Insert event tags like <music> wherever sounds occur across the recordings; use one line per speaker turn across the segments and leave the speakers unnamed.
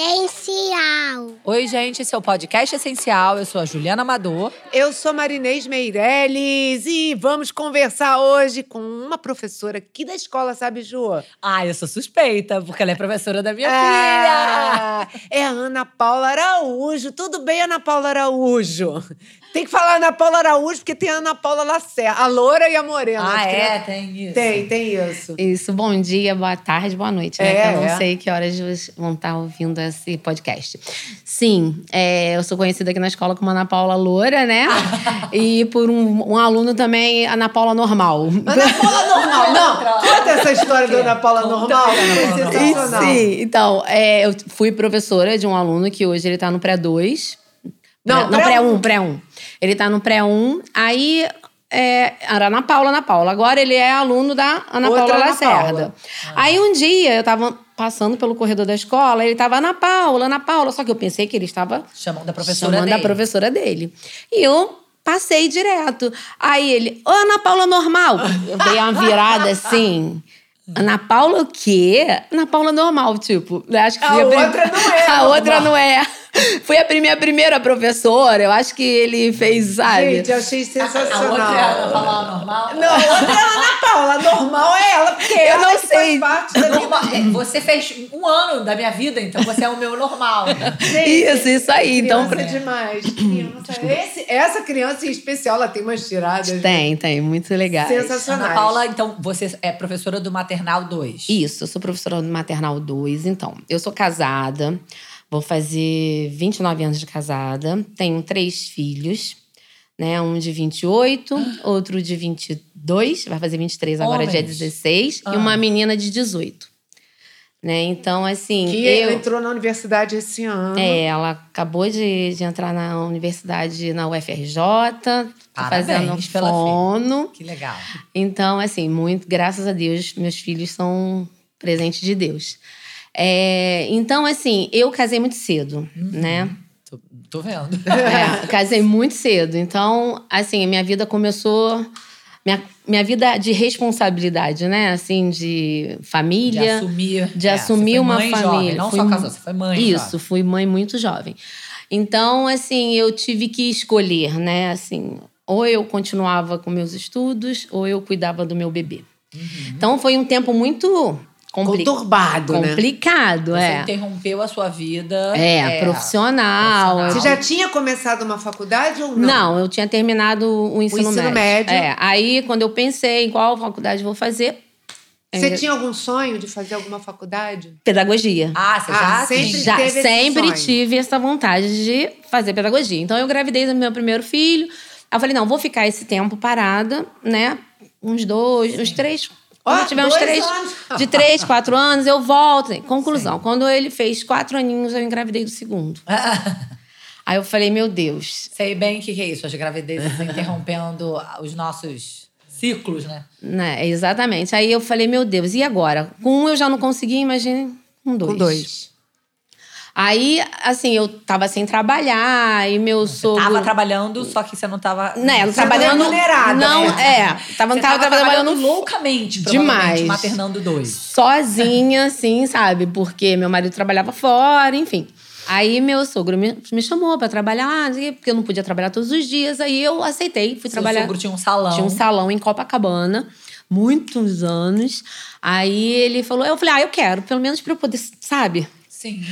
essencial.
Oi, gente, esse é o podcast essencial. Eu sou a Juliana Amador.
Eu sou Marinês Meirelles e vamos conversar hoje com uma professora aqui da escola, sabe, Ju?
Ah, eu sou suspeita, porque ela é professora da minha filha.
Ah, é a Ana Paula Araújo. Tudo bem, Ana Paula Araújo? Tem que falar Ana Paula Araújo, porque tem a Ana Paula Lacerda, a loura e a morena.
Ah,
Acho que
é?
não-
Tem isso.
Tem, tem isso.
Isso, bom dia, boa tarde, boa noite, né?
É,
que eu não
é.
sei que horas vocês vão estar ouvindo esse podcast. Sim, é, eu sou conhecida aqui na escola como Ana Paula
<laughs>
Loura, né? e por um, um aluno também, Ana Paula Normal.
Ana Paula normal, não. Conta essa história da Ana Paula normal. Foi
Normal.
E
sensacional.
Sim, então, é, eu fui professora de um aluno que hoje ele tá no pré 2.
Não,
não
pré
pré
um.
1, pré 1. Ele tá no pré 1, aí é, era Ana Paula, Ana Paula. Agora ele é aluno da Ana
Outra
Paula
Ana
Lacerda.
Paula.
Aí um dia eu tava passando pelo corredor da escola, ele tava Ana Paula, Ana Paula, só que eu pensei que ele estava
Chamando a professora
chamando a
dele.
professora dele. E eu passei direto. Aí ele, "Ô, Ana Paula normal. Eu dei uma virada assim. Ana Paula o quê? Ana Paula normal, tipo. né? Acho que
A
fui prim-
outra não é
<laughs> A
normal.
outra não é. Foi a minha primeira professora. Eu acho que ele fez, sabe?
Gente, eu achei
A outra é a
sensacional.
Ana Paula normal.
Não, a outra é a Ana Paula. Normal é ela, porque
Eu
ela
não
que faz
sei.
parte da vida.
Normal. É, Você fez um ano da minha vida, então você é o meu
<laughs>
normal.
isso, isso aí. Então,
Criança é demais.
<clears throat>
Criança. é Esse- essa criança em especial, ela tem umas tiradas
tem, tem. Muito legal.
sensacionais.
Ana Paula, então você é professora do Maternal 2.
Isso, eu sou professora do maternal 2, então. Eu sou casada, vou fazer 29 anos de casada, tenho três filhos, né? Um de 28, outro de 22, vai fazer 23 agora, dia
Ah. Homens.
16,
Ah.
e uma menina de 18. Né? Então, assim,
Que
eu
ela entrou na universidade esse
tá-
ano.
é, ela acabou de, de entrar na universidade na UFRJ, tá
Parabéns
fazendo
pela
fono.
Que legal.
Então, assim, muito, graças a Deus, meus filhos são presente de Deus. É, então, assim, eu casei muito cedo, né?
Tô, tô vendo.
É, casei muito cedo. Então, assim, a minha vida começou. Minha, minha vida de responsabilidade, né? Assim, de família.
De assumir.
de
é, você
assumir
foi
uma
mãe
família.
Jovem, não
Fui
só
mu-
casou, você foi mãe.
Isso,
jovem.
fui mãe muito jovem. Então, assim, eu tive que escolher, né? Assim, ou eu continuava com meus estudos, ou eu cuidava do meu bebê.
Uhum.
Então, foi um tempo muito compli-
Conturbado, né?
complicado,
Você
é.
interrompeu a sua vida.
É, profissional.
profissional.
Você já tinha começado uma faculdade ou não?
Não, eu tinha terminado o ensino,
ensino médio.
É, aí, quando eu pensei em qual faculdade vou fazer, é-
Você tinha algum sonho de fazer alguma faculdade?
pedagogia.
Ah, você
Ah,
já
sempre
tinha.
já
teve esse
sempre
sonho.
tive essa vontade de fazer pedagogia. Então eu engravidei do meu primeiro filho. Aí eu falei, não, vou ficar esse tempo parada, né? Uns dois, uns três. Quando
Ó,
eu tiver uns
dois
três.
anos.
De três, quatro anos, eu volto. Conclusão. Quando ele fez quatro aninhos, eu engravidei do segundo. Aí eu falei, meu Deus.
<laughs> Sei bem o que, que é isso, as
<laughs>
gravidezes interrompendo os nossos ciclos, né?
Né? Exatamente. Aí eu falei, meu Deus, e agora? Com um eu já não consegui, imagina
Com dois.
Aí, assim, eu tava sem trabalhar, e meu sogro.
Tava trabalhando, só que você não tava.
né, ela
Você não
trabalhando.
remunerada,
Não, é. Tava,
Você
tava, trabalhando,
loucamente,
Demais.
provavelmente, maternando dois.
sozinha, assim, sabe? Porque meu marido trabalhava fora, enfim. Aí meu sogro me, me chamou pra trabalhar, não sei o quê, porque eu não podia trabalhar todos os dias. Aí eu aceitei, fui
Seu
trabalhar.
sogro tinha um salão.
Tinha um salão em Copacabana, muitos anos. Aí ele falou, eu falei, ah, eu quero, pelo menos pra eu poder, sabe?
Sim.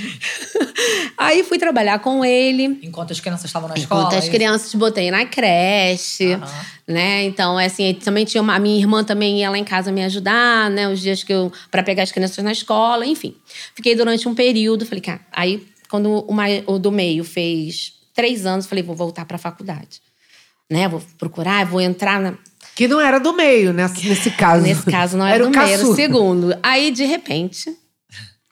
Aí fui trabalhar com ele.
Enquanto as crianças estavam na escola.
Enquanto as
e-
crianças botei na creche,
Aham.
né? Então, assim, também tinha uma. A minha irmã também ia lá em casa me ajudar, né? Os dias que eu. para pegar as crianças na escola, enfim. Fiquei durante um período, falei, cara. Aí, quando o, mai- o do meio fez três anos, falei, vou voltar pra faculdade. Né? Vou procurar, vou entrar na.
Que não era do meio, nessa- nesse caso.
Nesse caso, <laughs> não é era,
Era
o
o
primeiro,
caçula.
segundo. Aí, de repente,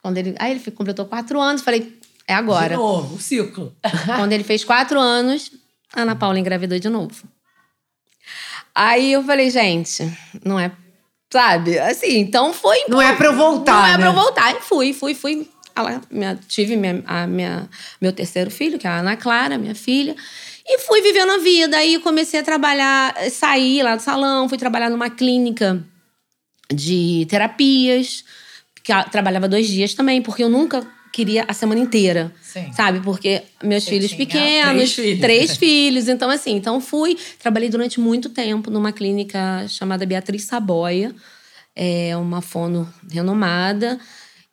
quando ele. Aí ele fi- completou quatro anos, falei, é
De
agora.
novo, o ciclo.
<laughs> Quando ele fez quatro anos, a Ana Paula engravidou de novo. Aí eu falei, gente, não é. Sabe? Assim, então foi.
Não é pra eu voltar,
Não é
né?
pra eu voltar. E fui, fui, fui. Ela- minha- tive minha, a minha, meu terceiro filho, que é a Ana Clara, minha filha. E fui vivendo a vida. Aí comecei a trabalhar, eh, saí lá do salão, fui trabalhar numa clínica de terapias. que a- Trabalhava dois dias também, porque eu nunca queria a semana inteira.
Sim.
Sabe? Porque meus
Você
filhos
tinha
pequenos,
três filhos.
<laughs>
três filhos. Então, assim, então fui. Trabalhei durante muito tempo numa clínica chamada Beatriz Saboia, é uma fono renomada.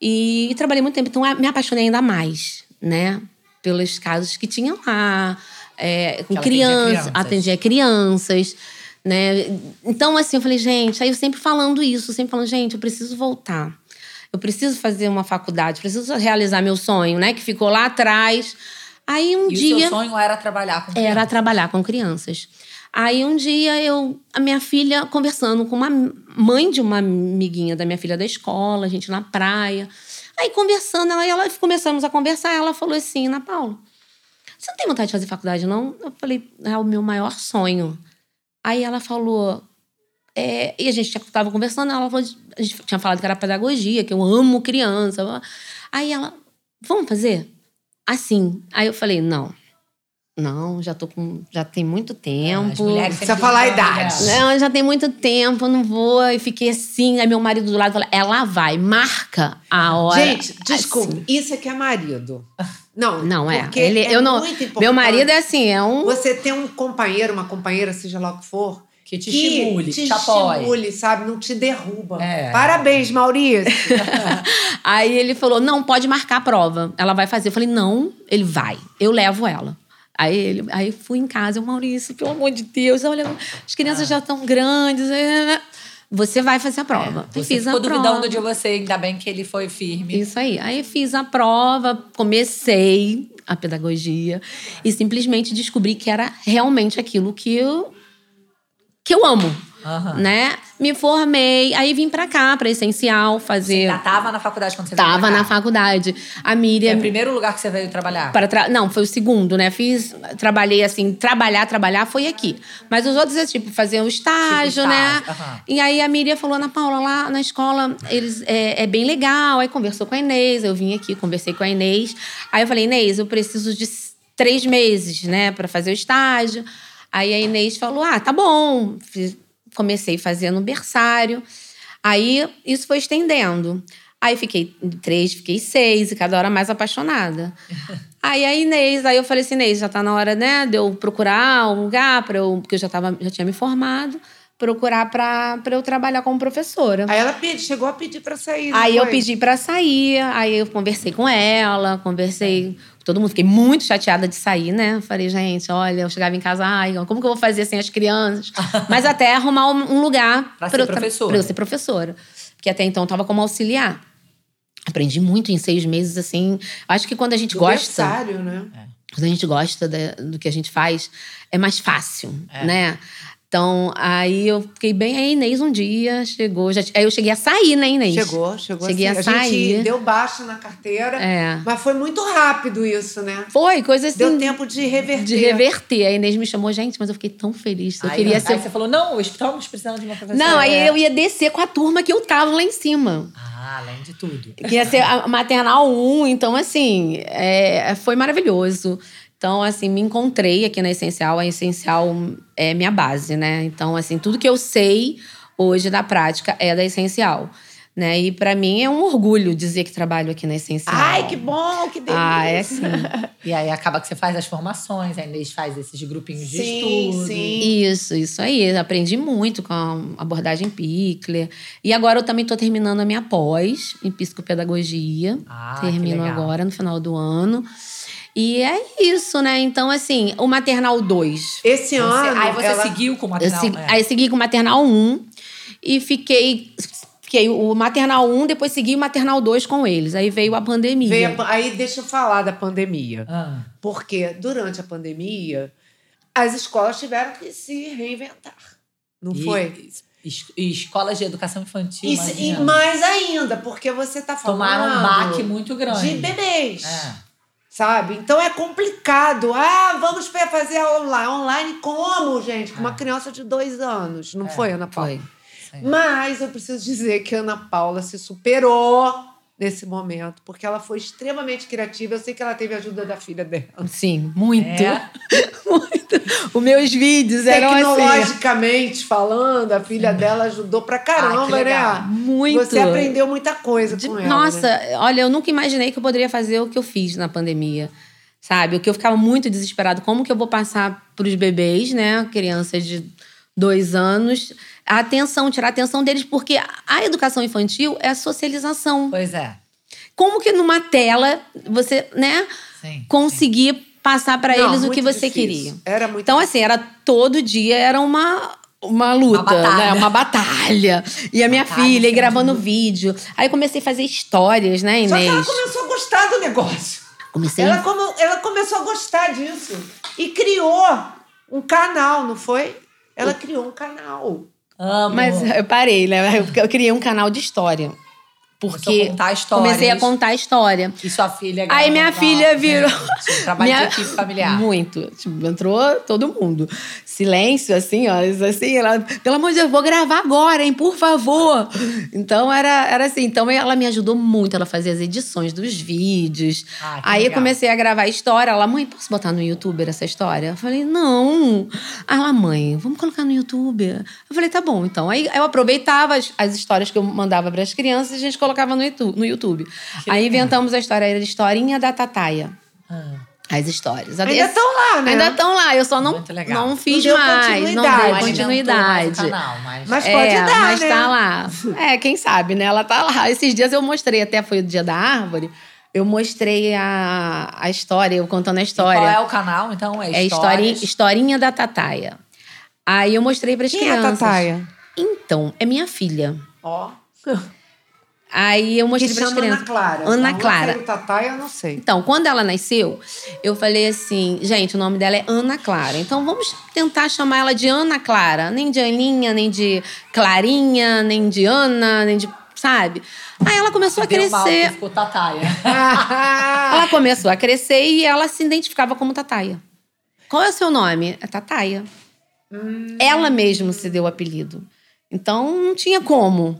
E trabalhei muito tempo. Então, me apaixonei ainda mais, né? Pelos casos que tinham lá. É, com
ela atendia
crianças.
crianças.
Atendia crianças. Né? Então, assim, eu falei, gente, aí eu sempre falando isso, sempre falando, gente, eu preciso voltar. Eu preciso fazer uma faculdade, preciso realizar meu sonho, né? Que ficou lá atrás. Aí um
E o
dia
seu sonho era trabalhar com
É, era trabalhar com crianças. Aí um dia eu, a minha filha conversando com uma mãe de uma amiguinha da minha filha da escola, a gente na praia. Aí conversando, ela, ela começamos a conversar, ela falou assim, Ana Paula, você não tem vontade de fazer faculdade, não? Eu falei, é o meu maior sonho. Aí ela falou, é, e a gente estava conversando, ela falou, de- a gente tinha falado que era pedagogia, que eu amo criança. Aí ela, vamos fazer? Assim. Aí eu falei, não. Não, já tô com. Já tem muito tempo.
As mulheres
Precisa
sempre
falar a
julgam, né?
idade.
Não, já tem muito tempo, não vou. E fiquei assim. Aí meu marido do lado falou: ela vai, marca a hora.
Gente, desculpa,
Assim.
isso é que é marido. Não,
Não é.
porque
Ele,
é
eu não,
muito importante.
meu marido é assim, é um.
Você tem um companheiro, uma companheira, seja lá o que for,
Que te
que
estimule,
te
que te apoie.
estimule, sabe? Não te derruba.
É.
Parabéns, Maurício. <laughs>
Aí ele falou: não, pode marcar a prova. Ela vai fazer. Eu falei, não, ele vai. Eu levo ela. Aí ele, aí fui em casa, eu, Maurício, pelo amor de Deus, olha, as crianças
Ah.
já estão grandes. é, Você vai fazer a prova. E
É, Você
fiz a
ficou
prova.
duvidando de você, ainda bem que ele foi firme.
Isso aí. Aí fiz a prova, comecei a pedagogia e simplesmente descobri que era realmente aquilo que eu, que eu amo,
Aham.
né? Me formei, aí vim pra cá, pra Essencial, fazer...
Já tava na faculdade quando você veio
Tava
pra cá?
na faculdade. A
É
Miriam...
o primeiro lugar que você veio trabalhar?
Para tra- Não, foi o segundo, né? Fiz, trabalhei assim, trabalhar, trabalhar foi aqui. Mas os outros é tipo, fazer o estágio,
Tipo,
né?
estágio, aham.
E aí a Miriam falou, Ana Paula, lá na escola eles, é, é bem legal. Aí conversou com a Inês, eu vim aqui, conversei com a Inês. Aí eu falei, Inês, eu preciso de s- três meses, né, para fazer o estágio. Aí a Inês falou, ah, tá bom. Fiz- comecei fazendo berçário. Aí isso foi estendendo. Aí fiquei em três, fiquei seis, e cada hora mais apaixonada. Aí a Inês, aí eu falei assim, Inês, já tá na hora, né, de eu procurar um lugar para eu, porque eu já tava, já tinha me formado, procurar pra pra eu trabalhar como professora.
Aí ela pedi- chegou a pedir pra sair. não
Aí eu
foi?
pedi pra sair, aí eu conversei com ela, conversei com todo mundo. Fiquei muito chateada de sair, né? Falei, gente, olha, eu chegava em casa, ai, como que eu vou fazer sem as crianças? Mas até arrumar um um lugar
Pra
pra
ser
eu tra-
professora.
pra eu ser professora. Porque até então eu tava como auxiliar. Aprendi muito em seis meses, assim. Acho que quando a gente
Do
gosta
berçário, né?
quando a gente gosta da- do que a gente faz, é mais fácil,
É.
né? Então, aí eu fiquei bem. Aí a Inês um dia chegou. Já, t- aí eu cheguei a sair, né, Inês?
Chegou, chegou
Cheguei
assim.
a
gente
sair.
deu baixo na carteira,
É.
mas foi muito rápido isso, né?
Foi, coisa assim.
Deu tempo de reverter.
de reverter. A Inês me chamou, gente, mas eu fiquei tão feliz. Eu
Aí-
queria
aí
ser. um
você falou, não, estamos precisando de uma professora.
Não,
é.
aí eu ia descer com a turma que eu tava lá em cima.
Ah, além de tudo.
Que ia ser a maternal 1, então assim, é, foi maravilhoso. Então, assim, me encontrei aqui na Essencial. A Essencial é minha base, né? Então, assim, tudo que eu sei hoje da prática é da Essencial. Né? E pra mim é um orgulho dizer que trabalho aqui na Essencial.
Ai, que bom, que delícia.
Ah, é sim.
E aí acaba que você faz as formações, a Inês faz esses grupinhos de
Sim,
estudo.
sim.
Isso, isso aí. Aprendi muito com a abordagem Pickler. E agora eu também tô terminando a minha pós em psicopedagogia.
Ah, que
Termino
legal.
agora, no final do ano. E é isso, né? Então, assim, o Maternal 2.
Esse
Você-
ano.
aí você
ela-
seguiu com o
Eu
material.
segui-
é.
Aí segui com o Maternal 1 e fiquei. Fiquei o Maternal 1, depois segui o Maternal 2 com eles. Aí veio a pandemia.
Veio a pan- aí deixa eu falar da pandemia.
Ah,
Porque durante a pandemia, as escolas tiveram que se reinventar. Não
E-
foi?
es- e escolas de educação infantil.
E, se- e
imagina.
mais ainda, porque você está falando
Tomaram um baque muito grande.
de bebês.
É.
Sabe? Então é complicado. Ah, vamos fa- fazer online. Online como, gente? Com
É.
uma criança de dois anos. Não foi, Ana Paula?
Foi.
Mas eu preciso dizer que a Ana Paula se superou nesse momento, porque ela foi
Então.
extremamente criativa. Eu sei que ela teve a ajuda da filha dela.
Sim, muito.
É.
muito. os meus vídeos eram assim.
Tecnologicamente falando, a filha dela ajudou pra
Ah, que
caramba,
legal.
né?
Muito.
Você aprendeu muita coisa
De-
com ela.
Nossa,
né?
olha, eu nunca imaginei que eu poderia fazer o que eu fiz na pandemia. Sabe? O que eu ficava muito desesperado. Como que eu vou passar pros bebês, né? Crianças de dois anos. A atenção, tirar a atenção deles, porque a educação infantil é a socialização.
Pois é.
Como que numa tela você, né,
Sim.
conseguir passar pra
Não,
eles o
muito
que você
difícil.
queria?
Era muito
Então, assim, era todo dia, era uma. Uma luta,
Uma batalha.
né? Uma batalha. E a minha
Batalha,
filha, e
entendi.
gravando vídeo. Aí comecei a fazer histórias, né,
Só que ela
Inês?
começou a gostar do negócio.
Comecei.
Ela, come- ela começou a gostar disso. E criou um canal, não foi? Ela criou um canal.
Amo.
Mas eu parei, né? Eu- Eu criei um canal de história.
Começou a
Porque
contar histórias.
comecei a contar a história.
E sua filha.
Aí minha
gravando,
filha virou-
gente, um Trabalho
Minha-
de equipe familiar.
Muito. Tipo, entrou todo mundo. Silêncio, assim, ó. isso Assim, ela, pelo amor de Deus, vou gravar agora, hein? Por favor. Então, era, era assim. Então, ela me ajudou muito. Ela fazia as edições dos vídeos.
Ah, que
Aí, eu
legal.
comecei a gravar a história. Ela, mãe, posso botar no YouTuber essa história? Eu falei, não. Aí Ela, mãe, vamos colocar no YouTuber. Eu falei, tá bom, então. Aí, eu aproveitava as, as histórias que eu mandava para as crianças e a gente colocava no Itu- no YouTube. Aí, inventamos a história. Era a historinha da Tataia.
Ah,
As histórias.
Ainda estão lá, né?
Ainda estão lá, eu só não,
Muito legal.
não fiz
Não deu
mais.
continuidade.
Não
mas inventou
né?
deu
mais o
continuidade.
Canal, mas...
Mas pode
é,
dar,
mas
né?
tá lá. É, quem sabe, né? Ela tá lá. Esses dias eu mostrei, até foi o dia da árvore, eu mostrei a, a história, eu contando a
E Qual
história.
é o canal, então? É,
É historinha, historinha da Tataia. Aí eu mostrei pras
Quem é a
crianças.
Tataia?
Então, é minha filha.
Ó.
Aí eu
Que
mostrei pras
chama
crianças.
Ana Clara.
Ana
Então,
Clara.
eu sei o Tatá, eu não
<laughs>
sei.
Então, quando ela nasceu, eu falei assim, gente, o nome dela é Ana Clara. Então, vamos tentar chamar ela de Ana Clara. Nem de Aninha, nem de Clarinha, nem de Ana, nem de. Sabe? Aí ela começou a
Deu mal, porque
crescer.
ficou Tataia.
Ela começou a crescer e ela se identificava como Tataia. Qual é o seu nome? É Tataia.
Hum.
Ela mesma se deu o apelido. Então, não tinha como.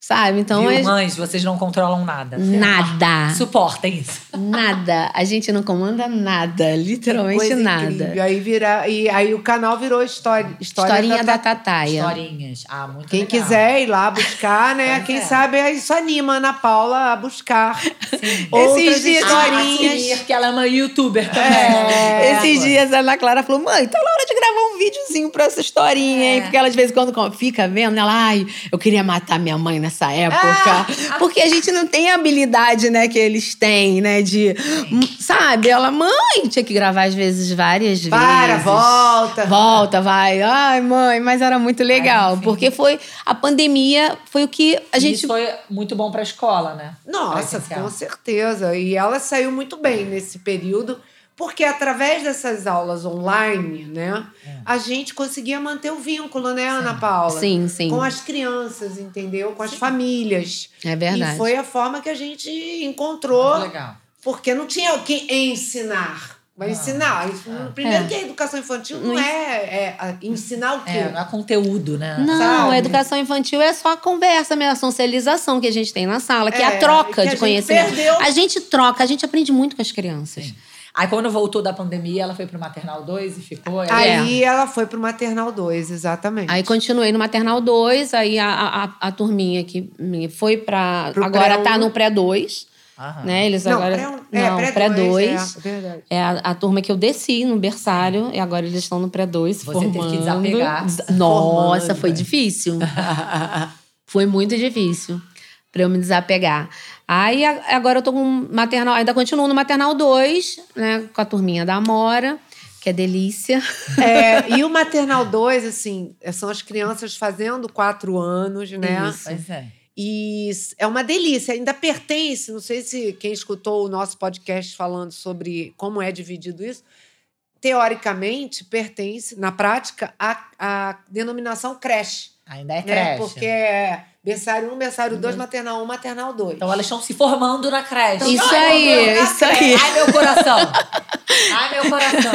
Sabe? Então,
Viu,
é-
mães, vocês não controlam nada.
nada.
Suportem isso.
Nada. A gente não comanda nada, literalmente
Coisa
nada.
incrível. Aí, vira, e aí o canal virou história, história tá
Historinha da
Tatá.
Tataia.
Historinhas. Ah, muito
Quem
legal.
quiser ir lá buscar, né?
Pois
Quem
é.
sabe aí isso anima a Ana Paula a buscar <laughs> outras
Esses dias-
historinhas.
Ah, Porque ela é uma youtuber também.
É.
Esses dias a Ana Clara falou: mãe, tá na hora de gravar um videozinho pra essa historinha, hein? Porque ela de vez em quando com- fica vendo, ela, ai, eu queria matar minha mãe nessa época.
Ah.
<laughs> Porque a gente não tem a habilidade, né, que eles têm, né? De. Sabe? Ela, mãe, tinha que gravar às vezes várias
Para,
vezes.
volta.
Volta, vai. Ai, mãe, mas era muito legal. porque foi. A pandemia foi o que a
E
gente.
Isso foi muito bom pra escola, né?
Nossa,
Presencial.
com certeza. E ela saiu muito bem nesse período, porque através dessas aulas online, né, a gente conseguia manter o vínculo, né, Ana Paula?
É. Sim, sim.
Com as crianças, entendeu? Com as famílias.
É verdade.
E foi a forma que a gente
Muito
encontrou,
Ah, legal.
porque não tinha o que ensinar. Vai
Não.
ensinar. Isso-
É.
Primeiro
É.
que a educação infantil não é, é a- ensinar o quê?
É, não é conteúdo, né?
Não,
sabe?
a educação infantil é só a conversa, mesmo, a socialização que a gente tem na sala, que é,
É,
a troca
que a
de
gente
conhecimento.
perdeu.
A gente troca, a gente aprende muito com as crianças.
Aí quando voltou da pandemia, ela foi pro Maternal 2 e ficou. é ela-
Aí ela foi pro maternal 2, exatamente.
é. Aí continuei no Maternal 2, aí a, a, a- a turminha que minha foi pra.
Pro
agora
pré-um.
tá no pré 2,
Aham.
né? Eles
não,
agora.
pré,
não,
é, pré 2. É, verdade.
É a, a turma que eu desci no berçário e agora eles estão no pré 2
Você
formando.
teve que desapegar.
Des- Nossa,
Formando,
foi
né?
difícil. foi muito difícil pra eu me desapegar. Aí a- agora eu tô com um maternal, ainda continuo no maternal 2, né, com a turminha da Amora, que é delícia.
É, e o maternal 2, assim, são as crianças fazendo quatro anos, né?
Isso.
<laughs> Pois é.
E s- é uma delícia, ainda pertence. Não sei se quem escutou o nosso podcast falando sobre como é dividido isso. Teoricamente, pertence, na prática, à, à denominação creche.
Ainda é
né?
creche.
Porque é berçário 1, berçário 2,
Uhum.
maternal 1, maternal 2.
Então elas estão se formando na creche.
Isso
Ai,
aí,
meu Deus,
isso
ai,
aí.
Ai, meu coração. Ai, meu coração.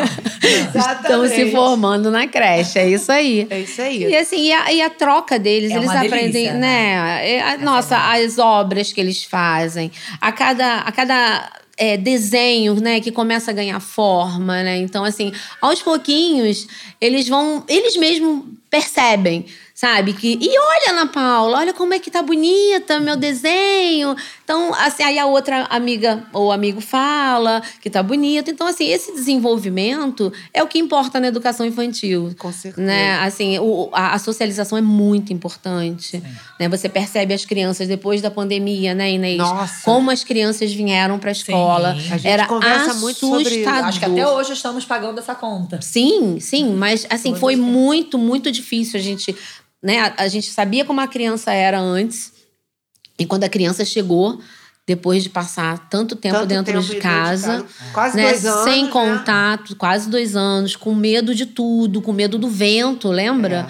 Estão se formando na creche, é isso aí.
É isso
E
aí.
assim, e a, e a troca deles,
É
eles
uma delícia, É
aprendem, né? É, a- nossa, as obras que eles fazem, a cada, a cada é, desenhos, né, que começa a ganhar forma, né? Então, assim, aos pouquinhos, eles vão, eles mesmos percebem, sabe? Que, e olha, Ana Paula, olha como é que tá bonita meu desenho. Então, assim, aí a outra amiga ou amigo fala que tá bonita. Então, assim, esse desenvolvimento é o que importa na educação infantil.
Com certeza.
Né? Assim, o- a, a socialização é muito importante. Né? Você percebe as crianças depois da pandemia, né, Inês?
Nossa.
Como as crianças vieram para a escola.
Sim.
A gente
Era
conversa
assustador.
muito sobre isso.
Acho que até hoje estamos pagando essa conta.
Sim, sim, mas assim,
Todas
foi
têm.
muito, muito difícil. A gente, né, a, a gente sabia como a criança era antes. E quando a criança chegou, depois de passar tanto tempo
Tanto
dentro
tempo
de casa,
Quase
né,
dois anos.
sem
né?
contato, quase dois anos, com medo de tudo, com medo do vento, lembra?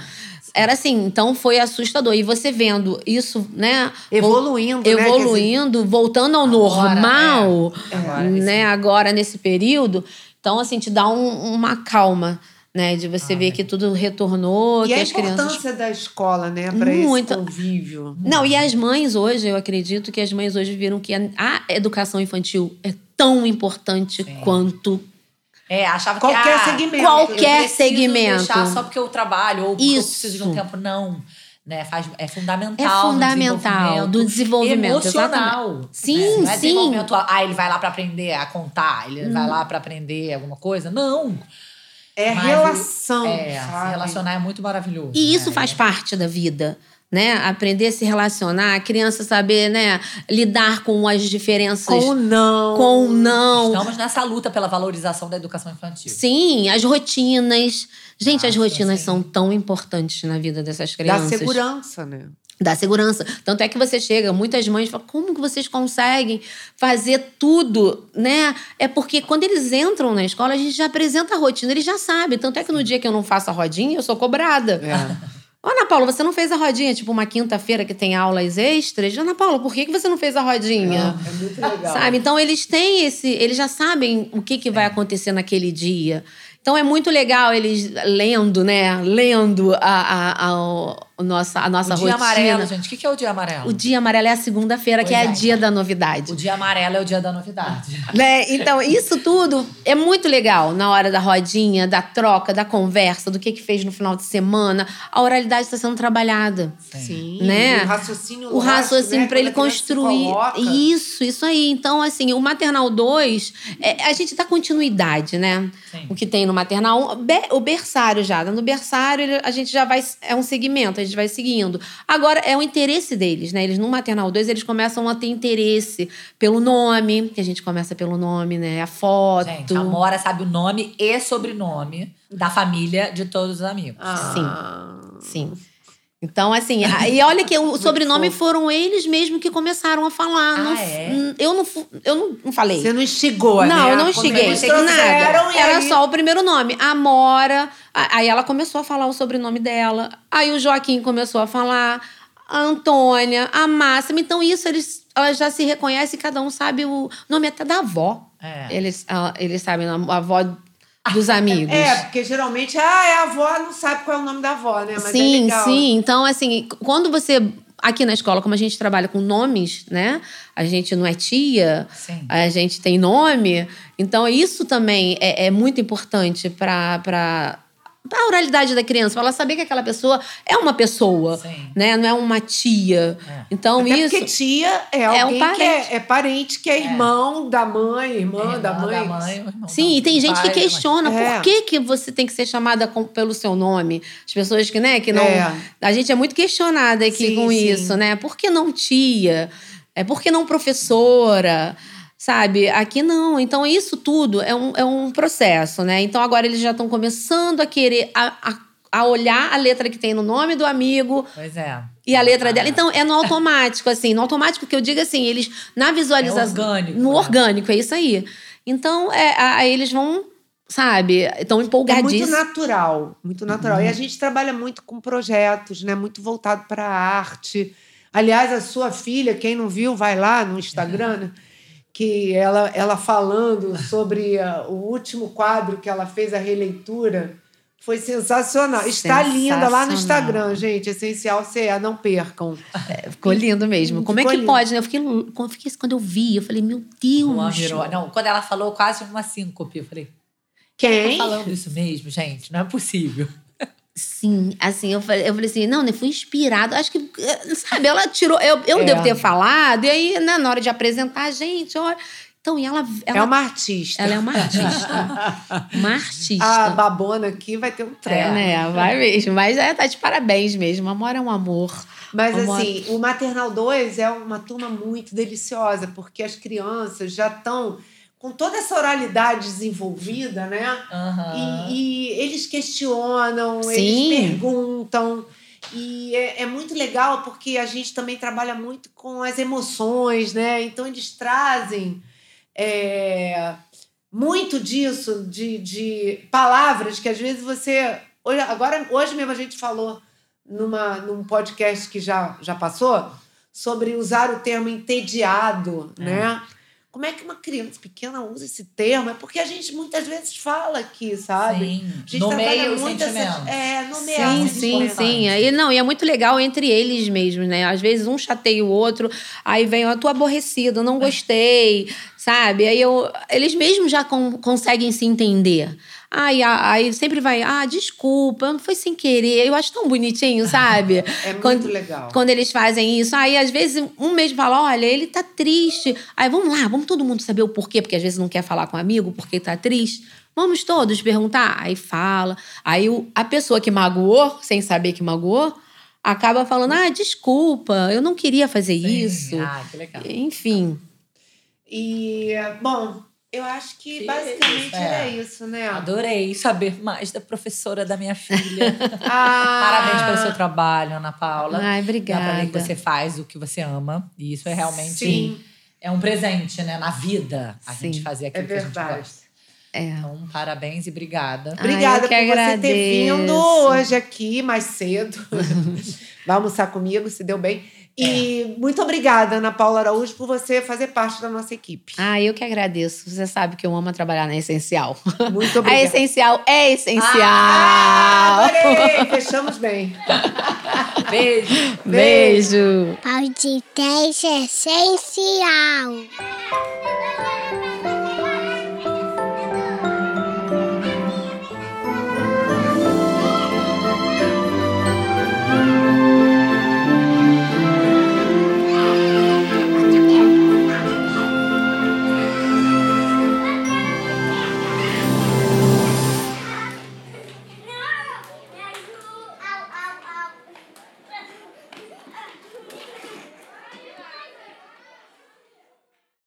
Era assim, então foi assustador. E você vendo isso, né?
Evoluindo, né? Quer dizer,
evoluindo, voltando ao
Agora,
normal,
é. Agora,
né? Agora nesse período, então assim te dá um- uma calma, né? De
Ah,
você
é.
ver que tudo retornou,
e é
que
a
as crianças.
importância da escola, né? Para esse
Muito.
convívio.
Não, e as mães hoje, eu acredito que as mães hoje viram que a, a educação infantil é tão importante
Sim.
quanto
É, achava
Qualquer
que ah,
segmento.
qualquer
eu preciso
segmento.
deixar só porque eu trabalho ou porque eu
Isso.
preciso de um tempo. Não. Né? Faz, é
é
fundamental. no
fundamental do desenvolvimento. exatamente.
emocional.
Sim,
né? Não é
sim.
desenvolvimento, ah, ele vai lá pra aprender a contar, ele vai lá pra aprender alguma coisa. Não.
É
Mas
relação.
É, se
sabe?
relacionar é muito maravilhoso.
E isso
né?
faz parte da vida, né? Aprender a se relacionar, a criança saber, né, lidar com as diferenças,
Com o não.
com o não,
Estamos nessa luta pela valorização da educação infantil.
Sim, as rotinas. Gente, as
Nossa,
rotinas
sim.
são tão importantes na vida dessas
Da
crianças.
segurança, né?
Da segurança. Tanto é que você chega, muitas mães falam, como que vocês conseguem fazer tudo, né? É porque quando eles entram na escola, a gente já apresenta a rotina, eles já sabem. Tanto é que no dia que eu não faço a rodinha, eu sou cobrada.
É.
Ô, Ana Paula, você não fez a rodinha, tipo uma quinta-feira que tem aulas extras? Ana Paula, por que, que você não fez a
Ah,
rodinha?
É muito legal.
Sabe? Então eles têm esse. Eles já sabem o que, que
É.
vai acontecer naquele dia. Então é muito legal eles lendo, né? Lendo a, a, a, o- nossa, a
O
nossa
dia
rotina.
amarelo, gente. O que que é o dia amarelo?
O dia amarelo é a segunda-feira, que é,
Pois
a
é.
dia da novidade.
O dia amarelo é o dia da novidade.
Né? Então, isso tudo é muito legal na hora da rodinha, da troca, da conversa, do que, que fez no final de semana. A oralidade está sendo trabalhada.
Sim.
Né?
O raciocínio
o raciocínio
né,
para ele construir.
E...
Isso, isso aí. Então, assim, o maternal 2, é, a gente dá continuidade, né?
Sim.
O que tem no maternal 1, be- o berçário já. né, No berçário, ele- a gente já vai. É um segmento, a gente vai seguindo. Agora, é o interesse deles, né? Eles no maternal 2, eles começam a ter interesse pelo nome, que a gente começa pelo nome, né? A foto.
Gente, a Mora sabe o nome e sobrenome da família de todos os amigos.
Ah.
Sim. Então, assim, a- e olha que o sobrenome
fofo.
foram eles mesmos que começaram a falar.
Ah,
Não f-
é?
n- Eu não, fu- eu não, não falei.
Você não instigou, né?
Não, eu não
Quando
cheguei.
eles trouxeram,
Nada.
e
Era
aí-
só o primeiro nome. Amora. A- Aí ela começou a falar o sobrenome dela. Aí o Joaquim começou a falar. A Antônia, a Máxima. Então, isso eles elas já se reconhecem, cada um sabe o nome até da avó.
É.
Eles, ah, eles sabem a a avó dos amigos.
<laughs> É, porque geralmente, ah, é a avó, não sabe qual é o nome da avó, né? Mas é
sim,
legal.
sim. Então, assim, quando você. Aqui na escola, como a gente trabalha com nomes, né? A gente não é tia,
Sim.
a gente tem nome. Então, isso também é, é muito importante para a oralidade da criança, para ela saber que aquela pessoa é uma pessoa,
Sim.
né? Não é uma tia.
É.
Então,
Até porque
isso.
tia é
um
alguém que
parente.
é, é parente, que é, irmão da mãe, irmã,
É Irmã
da mãe.
o irmão
Sim,
né?
da-
e tem
do
gente
pai,
que
da mãe.
questiona
É.
por que, que você tem que ser chamada com- pelo seu nome. As pessoas que, né, que não.
É.
A gente é muito questionada aqui
Sim,
com
sim.
isso, né? Por que não tia? É, por que não professora? Sabe? Aqui não. Então, isso tudo é um, é um processo, né? Então, agora eles já estão começando a querer a, a, a olhar a letra que tem no nome do amigo
Pois é.
e a letra dela. Então, é no automático, assim. No automático que eu digo assim, eles na
É
visualização.
orgânico,
No
né?
orgânico, é isso aí. Então, é, a- aí eles vão, sabe, estão
É muito
empolgadíssimos.
natural, muito natural. E a gente trabalha muito com projetos, né? Muito voltado para a arte. Aliás, a sua filha, quem não viu, vai lá no Instagram, né? que ela, eh, ela falando sobre ah, o último quadro que ela fez, a releitura, Foi sensacional. Está
Sensacional.
linda lá no Instagram, gente. Essencial CE, não percam.
Ficou lindo mesmo. Como é
Ficou
que
lindo.
pode, né? Eu fiquei, lu- quando- fiquei quando eu vi, eu falei, meu Deus.
Juan virou. Não, quando ela falou quase uma síncope, eu falei, tá
Quem?
falando isso mesmo, gente? Não é possível.
Sim, assim, eu falei, eu falei assim, não, né, fui inspirada. Acho que, eh, sabe, ela tirou, eu, eu
É.
devo ter falado, e aí, né, na hora de apresentar, gente, olha. Então, e ela, ela,
É uma artista.
ela é uma artista. uma artista.
A babona aqui vai ter um
É,
treco.
né? Vai mesmo. Mas é, tá de parabéns mesmo. Amor é um amor.
Mas
Vamos
assim, o Maternal 2 é uma turma muito deliciosa, porque as crianças já estão com toda essa oralidade desenvolvida, né?
Aham.
E, e eles questionam,
Sim.
eles perguntam. E é, é muito legal porque a gente também trabalha muito com as emoções, né? Então eles trazem é, muito disso, de, de palavras que às vezes você. hoje- Agora, hoje mesmo a gente falou numa, num podcast que já, já passou sobre usar o termo entediado, né? Como é que uma criança pequena usa esse termo? É porque a gente muitas vezes fala aqui, sabe? A
Sim.
gente
No
trabalha
meio, o
muito essas-
sentimento.
É, nomear
Sim,
os
sim,
sentimentos.
sim. Aí, não, e é muito legal entre eles mesmo, né? Às vezes um chateia o outro, aí vem, ó, tô aborrecido, não gostei, sabe? Aí eu, eles mesmos já con- conseguem se entender. Aí, a- aí sempre vai, ah, desculpa, foi sem querer. Eu acho tão bonitinho, sabe?
É muito
Quando-
legal.
Quando eles fazem isso, aí às vezes um mesmo fala: olha, ele tá triste. Aí vamos lá, vamos todo mundo saber o porquê, porque às vezes não quer falar com um amigo porque tá triste. Vamos todos perguntar. Aí fala. Aí o- a pessoa que magoou, sem saber que magoou, acaba falando: ah, desculpa, eu não queria fazer
Sim.
isso.
Ah, que legal.
Enfim.
E, bom, eu acho que
Que
basicamente
isso, é.
era isso, né?
Adorei saber mais da professora da minha filha.
Ah,
Parabéns pelo seu trabalho, Ana Paula.
Ai,
Dá pra ver que
obrigada.
você faz o que você ama. E isso é realmente
Sim,
é um presente, né? Na vida, a
Sim,
gente fazer
é
aquilo que a gente
verdade.
gosta.
É.
Então, parabéns e obrigada.
Ai,
Obrigada
eu que
por você ter
agradeço.
vindo hoje aqui mais
<laughs>
cedo. Vai almoçar comigo, se deu bem. E muito obrigada, Ana Paula Araújo, por você fazer parte da nossa equipe.
Ah, eu que agradeço. Você sabe que eu amo trabalhar na Essencial.
Muito
A
obrigada.
Essencial Ah. é essencial.
Ah, adorei! Fechamos bem.
Beijo!
Beijo.
Podcast essencial.